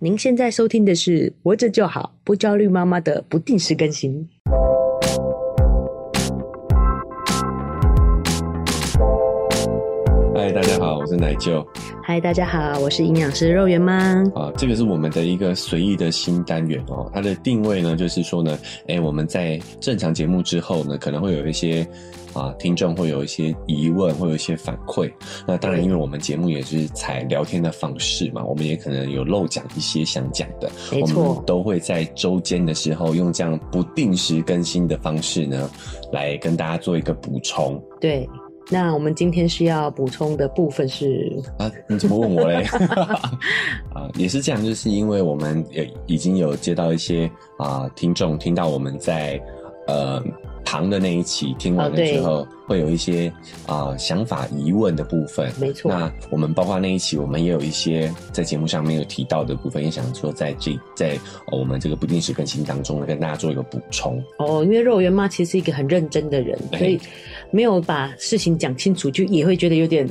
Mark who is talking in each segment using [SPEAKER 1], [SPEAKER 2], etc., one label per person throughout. [SPEAKER 1] 您现在收听的是《活着就好，不焦虑妈妈》的不定时更新。
[SPEAKER 2] 嗨，大家好，我是奶舅
[SPEAKER 1] 嗨，大家好，我是营养师肉圆妈。
[SPEAKER 2] 啊，这个是我们的一个随意的新单元哦。它的定位呢，就是说呢，哎，我们在正常节目之后呢，可能会有一些啊听众会有一些疑问，会有一些反馈。那当然，因为我们节目也是采聊天的方式嘛，我们也可能有漏讲一些想讲的，
[SPEAKER 1] 没
[SPEAKER 2] 我
[SPEAKER 1] 错
[SPEAKER 2] 们，都会在周间的时候用这样不定时更新的方式呢，来跟大家做一个补充。
[SPEAKER 1] 对。那我们今天需要补充的部分是，
[SPEAKER 2] 啊，你怎么问我 嘞？啊，也是这样，就是因为我们也已经有接到一些啊、听众听到我们在呃糖的那一期听完
[SPEAKER 1] 哦
[SPEAKER 2] 了
[SPEAKER 1] 对
[SPEAKER 2] 之后，会有一些啊、想法疑问的部分。
[SPEAKER 1] 没错，
[SPEAKER 2] 那我们包括那一期，我们也有一些在节目上面有提到的部分，也想说在这在呃我们这个不定时更新当中呢，跟大家做一个补 充。
[SPEAKER 1] 哦，因为肉圆妈其实是一个很认真的人，
[SPEAKER 2] 哎
[SPEAKER 1] 所以没有把事情讲清楚，就也会觉得有点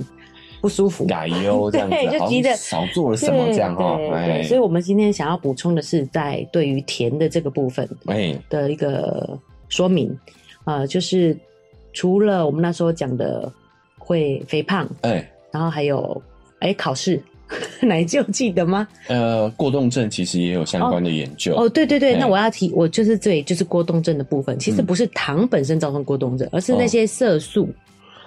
[SPEAKER 1] 不舒服。
[SPEAKER 2] 奶油这样子，
[SPEAKER 1] 对就急着
[SPEAKER 2] 好像少做了什么这样哦
[SPEAKER 1] 对，对对
[SPEAKER 2] 哎
[SPEAKER 1] 所以我们今天想要补充的是，在对于甜的这个部分
[SPEAKER 2] 哎，
[SPEAKER 1] 的一个说明，呃，就是除了我们那时候讲的会肥胖，
[SPEAKER 2] 哎，
[SPEAKER 1] 然后还有哎考试， 奶舅记得吗？
[SPEAKER 2] 呃，过动症其实也有相关的研究。
[SPEAKER 1] 哦，对对对，
[SPEAKER 2] 哎
[SPEAKER 1] 那我要提，我就是这里就是过动症的部分，其实
[SPEAKER 2] 嗯
[SPEAKER 1] 不是糖本身造成过动症，而是那些色素。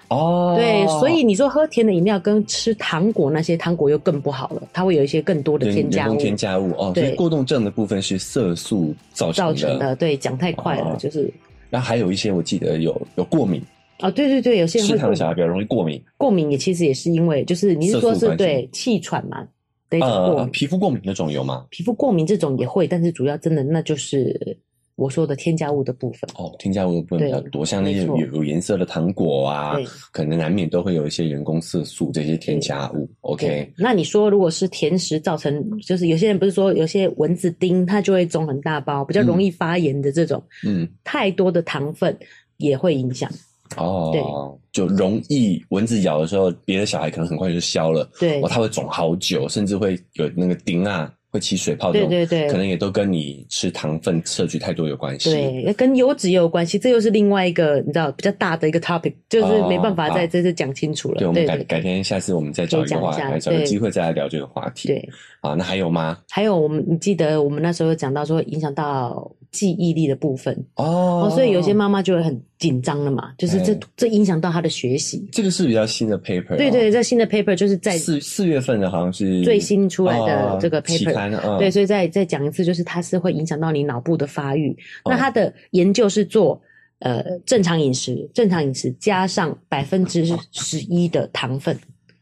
[SPEAKER 2] 哦，
[SPEAKER 1] 对，所以你说喝甜的饮料跟吃糖果那些糖果又更不好了，它会有一些更多的
[SPEAKER 2] 人
[SPEAKER 1] 添
[SPEAKER 2] 人
[SPEAKER 1] 加
[SPEAKER 2] 工
[SPEAKER 1] 物
[SPEAKER 2] 添加物哦，
[SPEAKER 1] 对
[SPEAKER 2] 所以过动症的部分是色素造成
[SPEAKER 1] 造
[SPEAKER 2] 的，
[SPEAKER 1] 成的。对，讲太快了，
[SPEAKER 2] 哦
[SPEAKER 1] 就是
[SPEAKER 2] 那还有一些我记得有有过敏，
[SPEAKER 1] 哦，对对对，有些人
[SPEAKER 2] 吃
[SPEAKER 1] 会
[SPEAKER 2] 糖
[SPEAKER 1] 过
[SPEAKER 2] 的小
[SPEAKER 1] 敏
[SPEAKER 2] 孩比较容易过敏，
[SPEAKER 1] 过敏也其实也是因为，就是你是
[SPEAKER 2] 色
[SPEAKER 1] 说
[SPEAKER 2] 素
[SPEAKER 1] 是
[SPEAKER 2] 关系
[SPEAKER 1] 对气喘嘛的一种过
[SPEAKER 2] 呃，
[SPEAKER 1] 敏，
[SPEAKER 2] 皮肤过敏那种有吗？
[SPEAKER 1] 皮肤过敏这种也会，但是主要真的那就是我说的添加物的部分。
[SPEAKER 2] 哦，添加物的部分比较
[SPEAKER 1] 对
[SPEAKER 2] 多，像那些
[SPEAKER 1] 没
[SPEAKER 2] 有
[SPEAKER 1] 错
[SPEAKER 2] 有颜色的糖果啊
[SPEAKER 1] 对，
[SPEAKER 2] 可能难免都会有一些人工色素这些添加物。OK，
[SPEAKER 1] 对，那你说如果是甜食造成，就是有些人不是说有些蚊子叮它就会肿很大包，比较容易发炎的这种，
[SPEAKER 2] 嗯，
[SPEAKER 1] 太多的糖分也会影响。
[SPEAKER 2] 哦，就容易蚊子咬的时候，别的小孩可能很快就消了，
[SPEAKER 1] 对
[SPEAKER 2] 哦，，它会肿好久，甚至会有那个丁啊，会起水泡
[SPEAKER 1] 对
[SPEAKER 2] 这种，
[SPEAKER 1] 对对，
[SPEAKER 2] 可能也都跟你吃糖分摄取太多有关系。
[SPEAKER 1] 对，那跟油脂也有关系，这又是另外一个你知道比较大的一个 topic，就是没办法
[SPEAKER 2] 哦
[SPEAKER 1] 在
[SPEAKER 2] 好
[SPEAKER 1] 这次讲清楚了。
[SPEAKER 2] 对，我
[SPEAKER 1] 对
[SPEAKER 2] 们改
[SPEAKER 1] 对
[SPEAKER 2] 改天，下次我们再找一个话
[SPEAKER 1] 可以讲一下
[SPEAKER 2] 来，找个
[SPEAKER 1] 对
[SPEAKER 2] 机会再来聊这个话题。
[SPEAKER 1] 对，
[SPEAKER 2] 啊，那还有吗？
[SPEAKER 1] 还有我们你记得我们那时候有讲到说影响到记忆力的部分
[SPEAKER 2] 哦
[SPEAKER 1] 哦，所以有些妈妈就会很紧张了嘛，就是这
[SPEAKER 2] 嗯
[SPEAKER 1] 这影响到她的学习。
[SPEAKER 2] 这个是比较新的 paper，哦
[SPEAKER 1] 对对，，这新的 paper 就是在
[SPEAKER 2] 四四月份的好像是
[SPEAKER 1] 最新出来的
[SPEAKER 2] 哦
[SPEAKER 1] 这个
[SPEAKER 2] 期
[SPEAKER 1] paper，
[SPEAKER 2] 刊，嗯
[SPEAKER 1] 对，所以再再讲一次，就是它是会影响到你脑部的发育。
[SPEAKER 2] 哦
[SPEAKER 1] 那它的研究是做呃正常饮食，正常饮食加上百分之十一的糖分，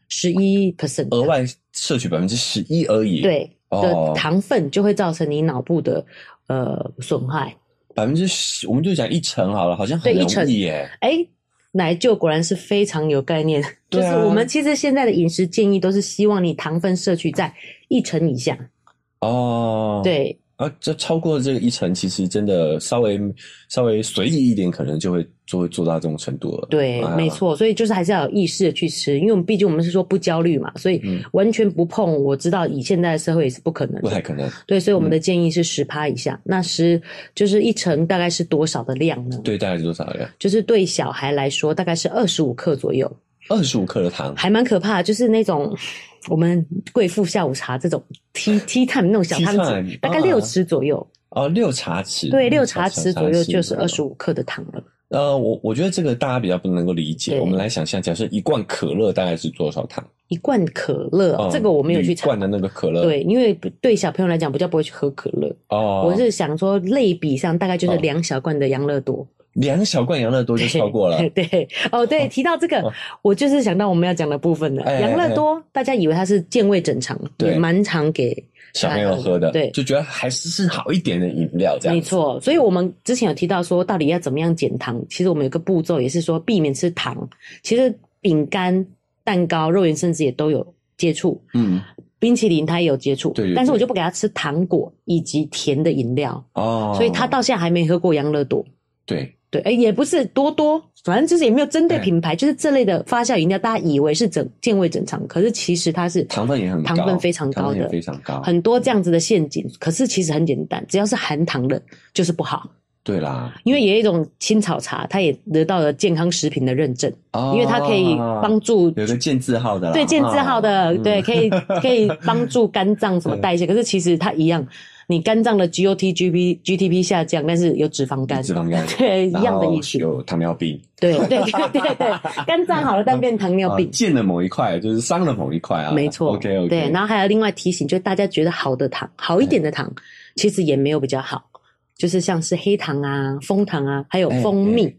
[SPEAKER 1] 十一 percent
[SPEAKER 2] 额外摄取百分之十一而已，，
[SPEAKER 1] 对的
[SPEAKER 2] 哦
[SPEAKER 1] 糖分就会造成你脑部的呃损害。
[SPEAKER 2] 百分之十，我们就讲一成好了，好像很
[SPEAKER 1] 对一
[SPEAKER 2] 容
[SPEAKER 1] 成
[SPEAKER 2] 易耶，
[SPEAKER 1] 哎，奶舅果然是非常有概念，就
[SPEAKER 2] 对
[SPEAKER 1] 是
[SPEAKER 2] 啊
[SPEAKER 1] 我们其实现在的饮食建议都是希望你糖分摄取在一成以下，
[SPEAKER 2] 哦，。
[SPEAKER 1] 对。
[SPEAKER 2] 啊，这超过这个一成，其实真的稍微稍微随意一点，可能就会就会做到这种程度了。
[SPEAKER 1] 对，
[SPEAKER 2] 啊
[SPEAKER 1] 没。错，所以就是还是要有意识的去吃，因为我们毕竟我们是说不焦虑嘛，所以
[SPEAKER 2] 嗯
[SPEAKER 1] 完全不碰，我知道以现在的社会也是不可能
[SPEAKER 2] 不太
[SPEAKER 1] 的。
[SPEAKER 2] 可能，
[SPEAKER 1] 对，所以我
[SPEAKER 2] 嗯
[SPEAKER 1] 们的建议是十趴以下，那十就是一成大概是多少的量呢？，
[SPEAKER 2] 对，大概是多少呀？
[SPEAKER 1] 就是对小孩来说大概是二十五克左右，
[SPEAKER 2] 二十五克的糖，
[SPEAKER 1] 还蛮可怕的，就是那种我们贵妇下午茶这种 T T time 那种小
[SPEAKER 2] Tea
[SPEAKER 1] 汤匙，
[SPEAKER 2] time，
[SPEAKER 1] 大概
[SPEAKER 2] 啊
[SPEAKER 1] 六匙左右，
[SPEAKER 2] 哦，六茶匙，
[SPEAKER 1] 对，
[SPEAKER 2] 嗯
[SPEAKER 1] 六茶匙左右就是二十
[SPEAKER 2] 五。
[SPEAKER 1] 五克的糖了。
[SPEAKER 2] 呃，我我觉得这个大家比较不能够理解。
[SPEAKER 1] 对
[SPEAKER 2] 我们来想象，假设一罐可乐大概是多少糖？
[SPEAKER 1] 一罐可乐，
[SPEAKER 2] 嗯
[SPEAKER 1] 这个我没有去
[SPEAKER 2] 铝
[SPEAKER 1] 查
[SPEAKER 2] 罐的那个可乐，，
[SPEAKER 1] 对，因为对小朋友来讲比较不会去喝可乐，
[SPEAKER 2] 哦，
[SPEAKER 1] 我是想说类比上大概就是
[SPEAKER 2] 哦
[SPEAKER 1] 两小罐的养乐多，
[SPEAKER 2] 两小罐养乐多就超过了。
[SPEAKER 1] 对，哦对，提到这个，我就是想到我们要讲的部分了。
[SPEAKER 2] 哎哎
[SPEAKER 1] 养乐多大家以为它是健胃整肠，
[SPEAKER 2] 对
[SPEAKER 1] 也蛮常给。
[SPEAKER 2] 小朋友喝 的，
[SPEAKER 1] 对
[SPEAKER 2] 就觉得还是是好一点的饮料，这样
[SPEAKER 1] 没
[SPEAKER 2] 子，
[SPEAKER 1] 错，所以我们之前有提到说，到底要怎么样减糖？其实我们有个步骤也是说避免吃糖。其实饼干、蛋糕、肉圆甚至也都有接触，
[SPEAKER 2] 嗯，
[SPEAKER 1] 冰淇淋它也有接触，
[SPEAKER 2] 对对
[SPEAKER 1] 但是我
[SPEAKER 2] 对
[SPEAKER 1] 就不给他吃糖果以及甜的饮料，
[SPEAKER 2] 哦，
[SPEAKER 1] 所以他到现在还没喝过养乐多。
[SPEAKER 2] 对，
[SPEAKER 1] 对，哎，也不是多多，反正就是也没有针对品牌，就是这类的发酵饮料，大家以为是整健胃整肠，可是其实它是
[SPEAKER 2] 糖分也很高，
[SPEAKER 1] 糖分非常
[SPEAKER 2] 糖
[SPEAKER 1] 高
[SPEAKER 2] 分也
[SPEAKER 1] 的，
[SPEAKER 2] 非常高。
[SPEAKER 1] 很多这样子的陷阱。可是其实很简单，只要是含糖的，就是不好。
[SPEAKER 2] 对啦，
[SPEAKER 1] 因为也有一种青草茶，它也得到了健康食品的认证，
[SPEAKER 2] 哦，
[SPEAKER 1] 因为它可以帮助
[SPEAKER 2] 有个健字号的啦，
[SPEAKER 1] 对健字号的，
[SPEAKER 2] 嗯
[SPEAKER 1] 对，可以可以帮助肝脏什么代谢。可是其实它一样，你肝脏的 GOT、GP、GTP 下降，但是有脂肪肝，
[SPEAKER 2] 脂肪肝
[SPEAKER 1] 对， 一样的意思。
[SPEAKER 2] 有糖尿病，
[SPEAKER 1] 对对对对对，肝脏好了，但变糖尿病
[SPEAKER 2] 啊。健了某一块，就是伤了某一块啊，
[SPEAKER 1] 没错
[SPEAKER 2] OK OK，
[SPEAKER 1] 对，然后还有另外提醒，就是大家觉得好的糖，好一点的
[SPEAKER 2] 哎
[SPEAKER 1] 糖，其实也没有比较好，就是像是黑糖啊、枫糖啊，还有
[SPEAKER 2] 哎
[SPEAKER 1] 蜂蜜。
[SPEAKER 2] 哎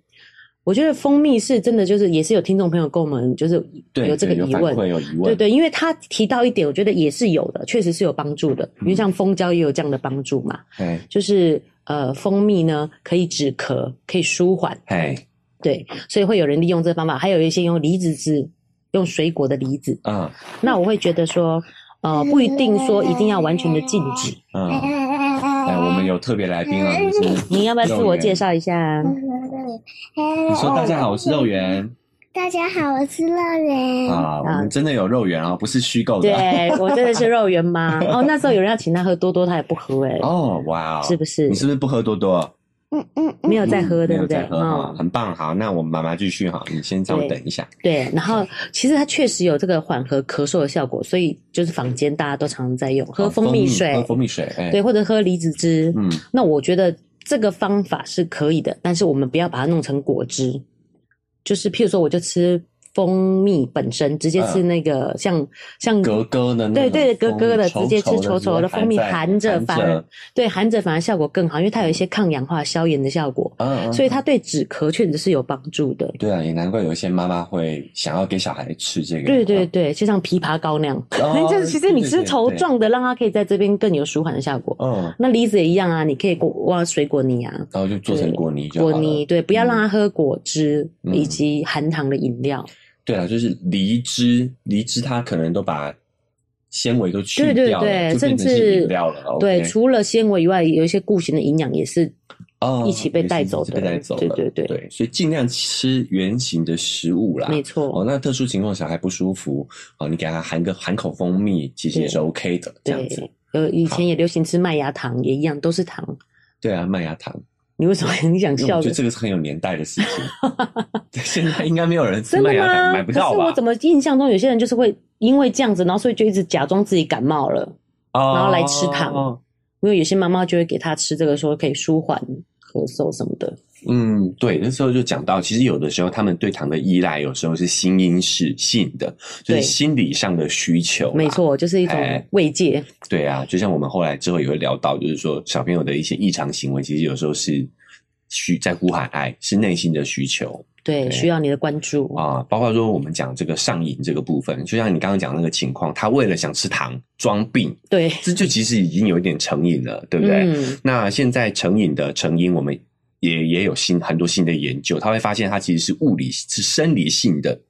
[SPEAKER 1] 我觉得蜂蜜是真的，就是也是有听众朋友跟我们就是
[SPEAKER 2] 对
[SPEAKER 1] 有这个
[SPEAKER 2] 对
[SPEAKER 1] 疑
[SPEAKER 2] 反
[SPEAKER 1] 问，
[SPEAKER 2] 馈有疑问，
[SPEAKER 1] 对对，因为他提到一点，我觉得也是有的，确实是有帮助的，
[SPEAKER 2] 嗯
[SPEAKER 1] 因为像蜂胶也有这样的帮助嘛，
[SPEAKER 2] 哎
[SPEAKER 1] 就是呃蜂蜜呢可以止咳，可以舒缓，
[SPEAKER 2] 哎
[SPEAKER 1] 对，所以会有人利用这个方法，还有一些用梨子汁，用水果的梨子，
[SPEAKER 2] 啊
[SPEAKER 1] 那我会觉得说，呃，不一定说一定要完全的禁止。
[SPEAKER 2] 啊，哎，我们有特别来宾啊，就是
[SPEAKER 1] 你要不要自我介绍一下？
[SPEAKER 2] 你说大
[SPEAKER 3] 大
[SPEAKER 2] 家好，我是肉圆
[SPEAKER 3] 大家好，我是乐园。
[SPEAKER 2] 啊，我们真的有肉圆啊，不是虚构的啊。
[SPEAKER 1] 嗯对我真的是肉圆 妈哦，那时候有人要请他喝多多，他也不喝哎、
[SPEAKER 2] 哦，哇哦，
[SPEAKER 1] 是不是
[SPEAKER 2] 你是不是不喝多多？
[SPEAKER 3] 嗯嗯嗯，
[SPEAKER 1] 没有在喝，
[SPEAKER 2] 没
[SPEAKER 1] 对
[SPEAKER 2] 有
[SPEAKER 1] 不对
[SPEAKER 2] 在？喝哈，
[SPEAKER 1] 哦，
[SPEAKER 2] 很棒。好，那我们妈妈继续哈，你先稍微
[SPEAKER 1] 对
[SPEAKER 2] 等一下。
[SPEAKER 1] 对。然后其实它确实有这个缓和咳嗽的效果，所以就是坊间大家都常常在用，喝
[SPEAKER 2] 好
[SPEAKER 1] 蜂蜜水，
[SPEAKER 2] 哦喝蜂蜜水，哎，
[SPEAKER 1] 对，，或者喝梨子汁。
[SPEAKER 2] 嗯，
[SPEAKER 1] 那我觉得这个方法是可以的，但是我们不要把它弄成果汁，就是譬如说，我就吃蜂蜜本身，直接
[SPEAKER 2] 嗯
[SPEAKER 1] 吃那个、像像
[SPEAKER 2] 格格的
[SPEAKER 1] 对
[SPEAKER 2] 那种
[SPEAKER 1] 对格格的，
[SPEAKER 2] 蜂
[SPEAKER 1] 直接吃稠
[SPEAKER 2] 稠
[SPEAKER 1] 稠的蜂蜜，含
[SPEAKER 2] 含
[SPEAKER 1] 着
[SPEAKER 2] 在
[SPEAKER 1] 反而对含着反而效果更好，因为它有一些抗氧化、消炎的效果，
[SPEAKER 2] 嗯，嗯
[SPEAKER 1] 所以它对止咳确实是有帮助的。
[SPEAKER 2] 对啊，也难怪有一些妈妈会想要给小孩吃这个。
[SPEAKER 1] 对对对，就像枇杷膏那样，
[SPEAKER 2] 哦
[SPEAKER 1] 就是其实你吃
[SPEAKER 2] 对对对
[SPEAKER 1] 稠状的，让它可以在这边更有舒缓的效果。
[SPEAKER 2] 嗯，然
[SPEAKER 1] 那梨子也一样啊，你可以裹挖水果泥啊，
[SPEAKER 2] 后就做成果泥就好
[SPEAKER 1] 果
[SPEAKER 2] 了
[SPEAKER 1] 泥，。对，不要让他喝果汁、
[SPEAKER 2] 嗯
[SPEAKER 1] 以及含糖的饮料。
[SPEAKER 2] 对啊，就是梨汁，梨汁它可能都把纤维都去
[SPEAKER 1] 对对
[SPEAKER 2] 掉了，
[SPEAKER 1] 对，
[SPEAKER 2] 就
[SPEAKER 1] 甚
[SPEAKER 2] 变成
[SPEAKER 1] 至
[SPEAKER 2] 是饮料了。
[SPEAKER 1] 对，
[SPEAKER 2] OK
[SPEAKER 1] 除了纤维以外，有一些固形的营养也是
[SPEAKER 2] 哦
[SPEAKER 1] 一起被带走的
[SPEAKER 2] 也是被带走
[SPEAKER 1] 对
[SPEAKER 2] 了。
[SPEAKER 1] 对对
[SPEAKER 2] 对，所以尽量吃圆形的食物啦。
[SPEAKER 1] 没
[SPEAKER 2] 哦，
[SPEAKER 1] 错。
[SPEAKER 2] 那特殊情况小孩不舒服，哦，你给他含个含口蜂蜜，其实也是 OK 的，这样
[SPEAKER 1] 对
[SPEAKER 2] 子。，
[SPEAKER 1] 呃，以前也流行吃麦芽糖，也一样，都是糖。
[SPEAKER 2] 对啊，麦芽糖，
[SPEAKER 1] 你为什么很想
[SPEAKER 2] 因为
[SPEAKER 1] 笑
[SPEAKER 2] 我
[SPEAKER 1] 的
[SPEAKER 2] 觉得？这个是很有年代的事 情。对现在应该没有人吃
[SPEAKER 1] 真的
[SPEAKER 2] 麦芽糖，
[SPEAKER 1] 吗？
[SPEAKER 2] 买
[SPEAKER 1] 可
[SPEAKER 2] 不
[SPEAKER 1] 是
[SPEAKER 2] 到吧
[SPEAKER 1] 我？怎么印象中有些人就是会因为这样子，然后所以就一直假装自己感冒了，
[SPEAKER 2] 哦
[SPEAKER 1] 然后来吃糖因为有些妈妈就会给他吃这个，说可以舒缓咳嗽什么的。
[SPEAKER 2] 嗯，对，那时候就讲到，其实有的时候他们对糖的依赖，有时候是心因是性的，就是
[SPEAKER 1] 对
[SPEAKER 2] 心理上的需求啦。
[SPEAKER 1] 没错，就是一
[SPEAKER 2] 哎
[SPEAKER 1] 种慰藉。
[SPEAKER 2] 对啊，就像我们后来之后也会聊到，就是说小朋友的一些异常行为，其实有时候是需在呼喊爱，是内心的需求
[SPEAKER 1] 对，
[SPEAKER 2] 对
[SPEAKER 1] 需要你的关注。
[SPEAKER 2] 啊。包括说我们讲这个上瘾这个部分，就像你刚刚讲那个情况，他为了想吃糖装病，
[SPEAKER 1] 对，
[SPEAKER 2] 这就其实已经有一点成瘾了，对不对？
[SPEAKER 1] 嗯，
[SPEAKER 2] 那现在成瘾的成因，我们也也有新很多新的研究，他会发现它其实是物理是生理性的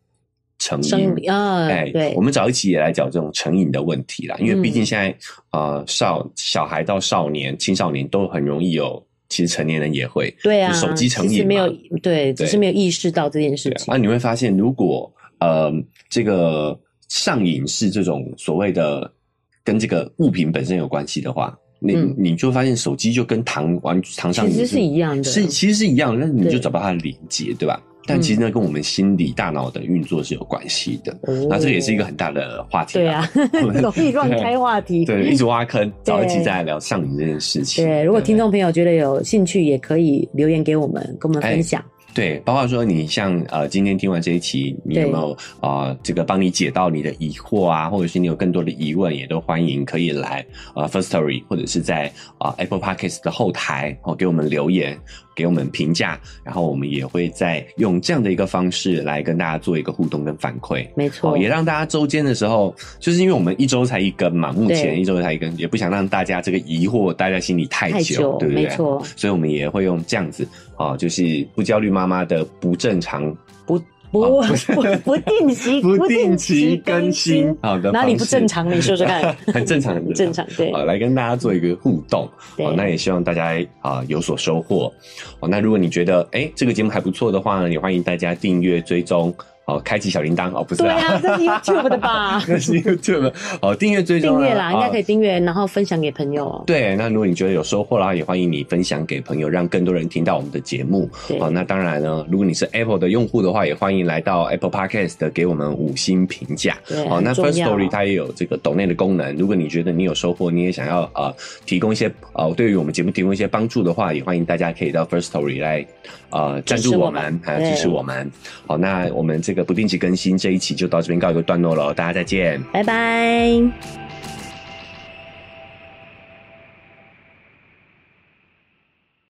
[SPEAKER 2] 成
[SPEAKER 1] 生
[SPEAKER 2] 瘾。
[SPEAKER 1] 理啊，
[SPEAKER 2] 哎，
[SPEAKER 1] 对嗯
[SPEAKER 2] 我，们早一期也来讲这种成瘾的问题啦，因为毕竟现在、呃少小孩到少年、青少年都很容易有，其实成年人也会
[SPEAKER 1] 对啊，
[SPEAKER 2] 就手机成瘾
[SPEAKER 1] 只是没
[SPEAKER 2] 嘛
[SPEAKER 1] 有对，只是没有意识到这件事
[SPEAKER 2] 对啊，
[SPEAKER 1] 情
[SPEAKER 2] 那。你会发现，如果呃这个上瘾是这种所谓的跟这个物品本身有关系的话，你、
[SPEAKER 1] 嗯
[SPEAKER 2] 你就发现手机就跟糖玩糖上
[SPEAKER 1] 其
[SPEAKER 2] 瘾
[SPEAKER 1] 实是一样的，
[SPEAKER 2] 是其实是一样，但是你就
[SPEAKER 1] 对嗯
[SPEAKER 2] 找不到它的连接，对吧？但其实呢，跟我们心理、大脑的运作是有关系的。
[SPEAKER 1] 哦
[SPEAKER 2] 啊那这个也是一个很大的话题、
[SPEAKER 1] 对 啊，容易乱开话题。
[SPEAKER 2] 对，一直挖坑，找一期
[SPEAKER 1] 对
[SPEAKER 2] 再来聊上瘾这件事情。
[SPEAKER 1] 对，如果
[SPEAKER 2] 不
[SPEAKER 1] 听众朋友觉得有兴趣，也可以留言给我们，跟我们分享。
[SPEAKER 2] 对，包括说你像呃，今天听完这一期，你有
[SPEAKER 1] 对
[SPEAKER 2] 没有呃，这个帮你解到你的疑惑啊，或者是你有更多的疑问，也都欢迎可以来呃 First Story 或者是在啊、呃 Apple Podcast 的后台哦，给我们留言，给我们评价，然后我们也会再用这样的一个方式来跟大家做一个互动跟反馈。
[SPEAKER 1] 没
[SPEAKER 2] 哦，
[SPEAKER 1] 错
[SPEAKER 2] 也，让大家周间的时候，就是因为我们一周才一根嘛，目前
[SPEAKER 1] 对
[SPEAKER 2] 一周才一根，也不想让大家这个疑惑待在心里太久，
[SPEAKER 1] 太久
[SPEAKER 2] 对不对？
[SPEAKER 1] 没错
[SPEAKER 2] 所以我们也会用这样子啊、哦就是不焦虑妈妈的不正常
[SPEAKER 1] 不不
[SPEAKER 2] 啊不是
[SPEAKER 1] 不不定 期
[SPEAKER 2] 不定期更新，好的，
[SPEAKER 1] 哪里不正
[SPEAKER 2] 常？，
[SPEAKER 1] 常？你说说看
[SPEAKER 2] 很正常很正
[SPEAKER 1] 正常对
[SPEAKER 2] 好，来跟大家做一个互动。哦
[SPEAKER 1] 对
[SPEAKER 2] 好，那也希望大家啊、有所收获。好，那如果你觉得哎、这个节目还不错的话呢，也欢迎大家订阅追踪，好、开启小铃铛哦，不是？
[SPEAKER 1] 对啊，这是 YouTube 的吧
[SPEAKER 2] 那是 YouTube 好订阅追踪
[SPEAKER 1] 订
[SPEAKER 2] 啊
[SPEAKER 1] 阅啦，应该可以
[SPEAKER 2] 啊
[SPEAKER 1] 订阅，然后分享给朋友。
[SPEAKER 2] 对，那如果你觉得有收获啦，也欢迎你分享给朋友，让更多人听到我们的节目。
[SPEAKER 1] 对
[SPEAKER 2] 好，那当然呢，如果你是 Apple 的用户的话，也欢迎来到 Apple Podcast 给我们五星评价。
[SPEAKER 1] 对，
[SPEAKER 2] 好，
[SPEAKER 1] 很
[SPEAKER 2] 那
[SPEAKER 1] 重
[SPEAKER 2] First
[SPEAKER 1] 要
[SPEAKER 2] Story 它也有这个抖内的功能。如果你觉得你有收获，你也想要啊、呃提供一些啊、呃对于我们节目提供一些帮助的话，也欢迎大家可以到 First Story 来啊赞助我们，还有支持我们。好，那我们这个不定期更新这一期就到这边告一个段落了，大家再见。
[SPEAKER 1] 拜拜。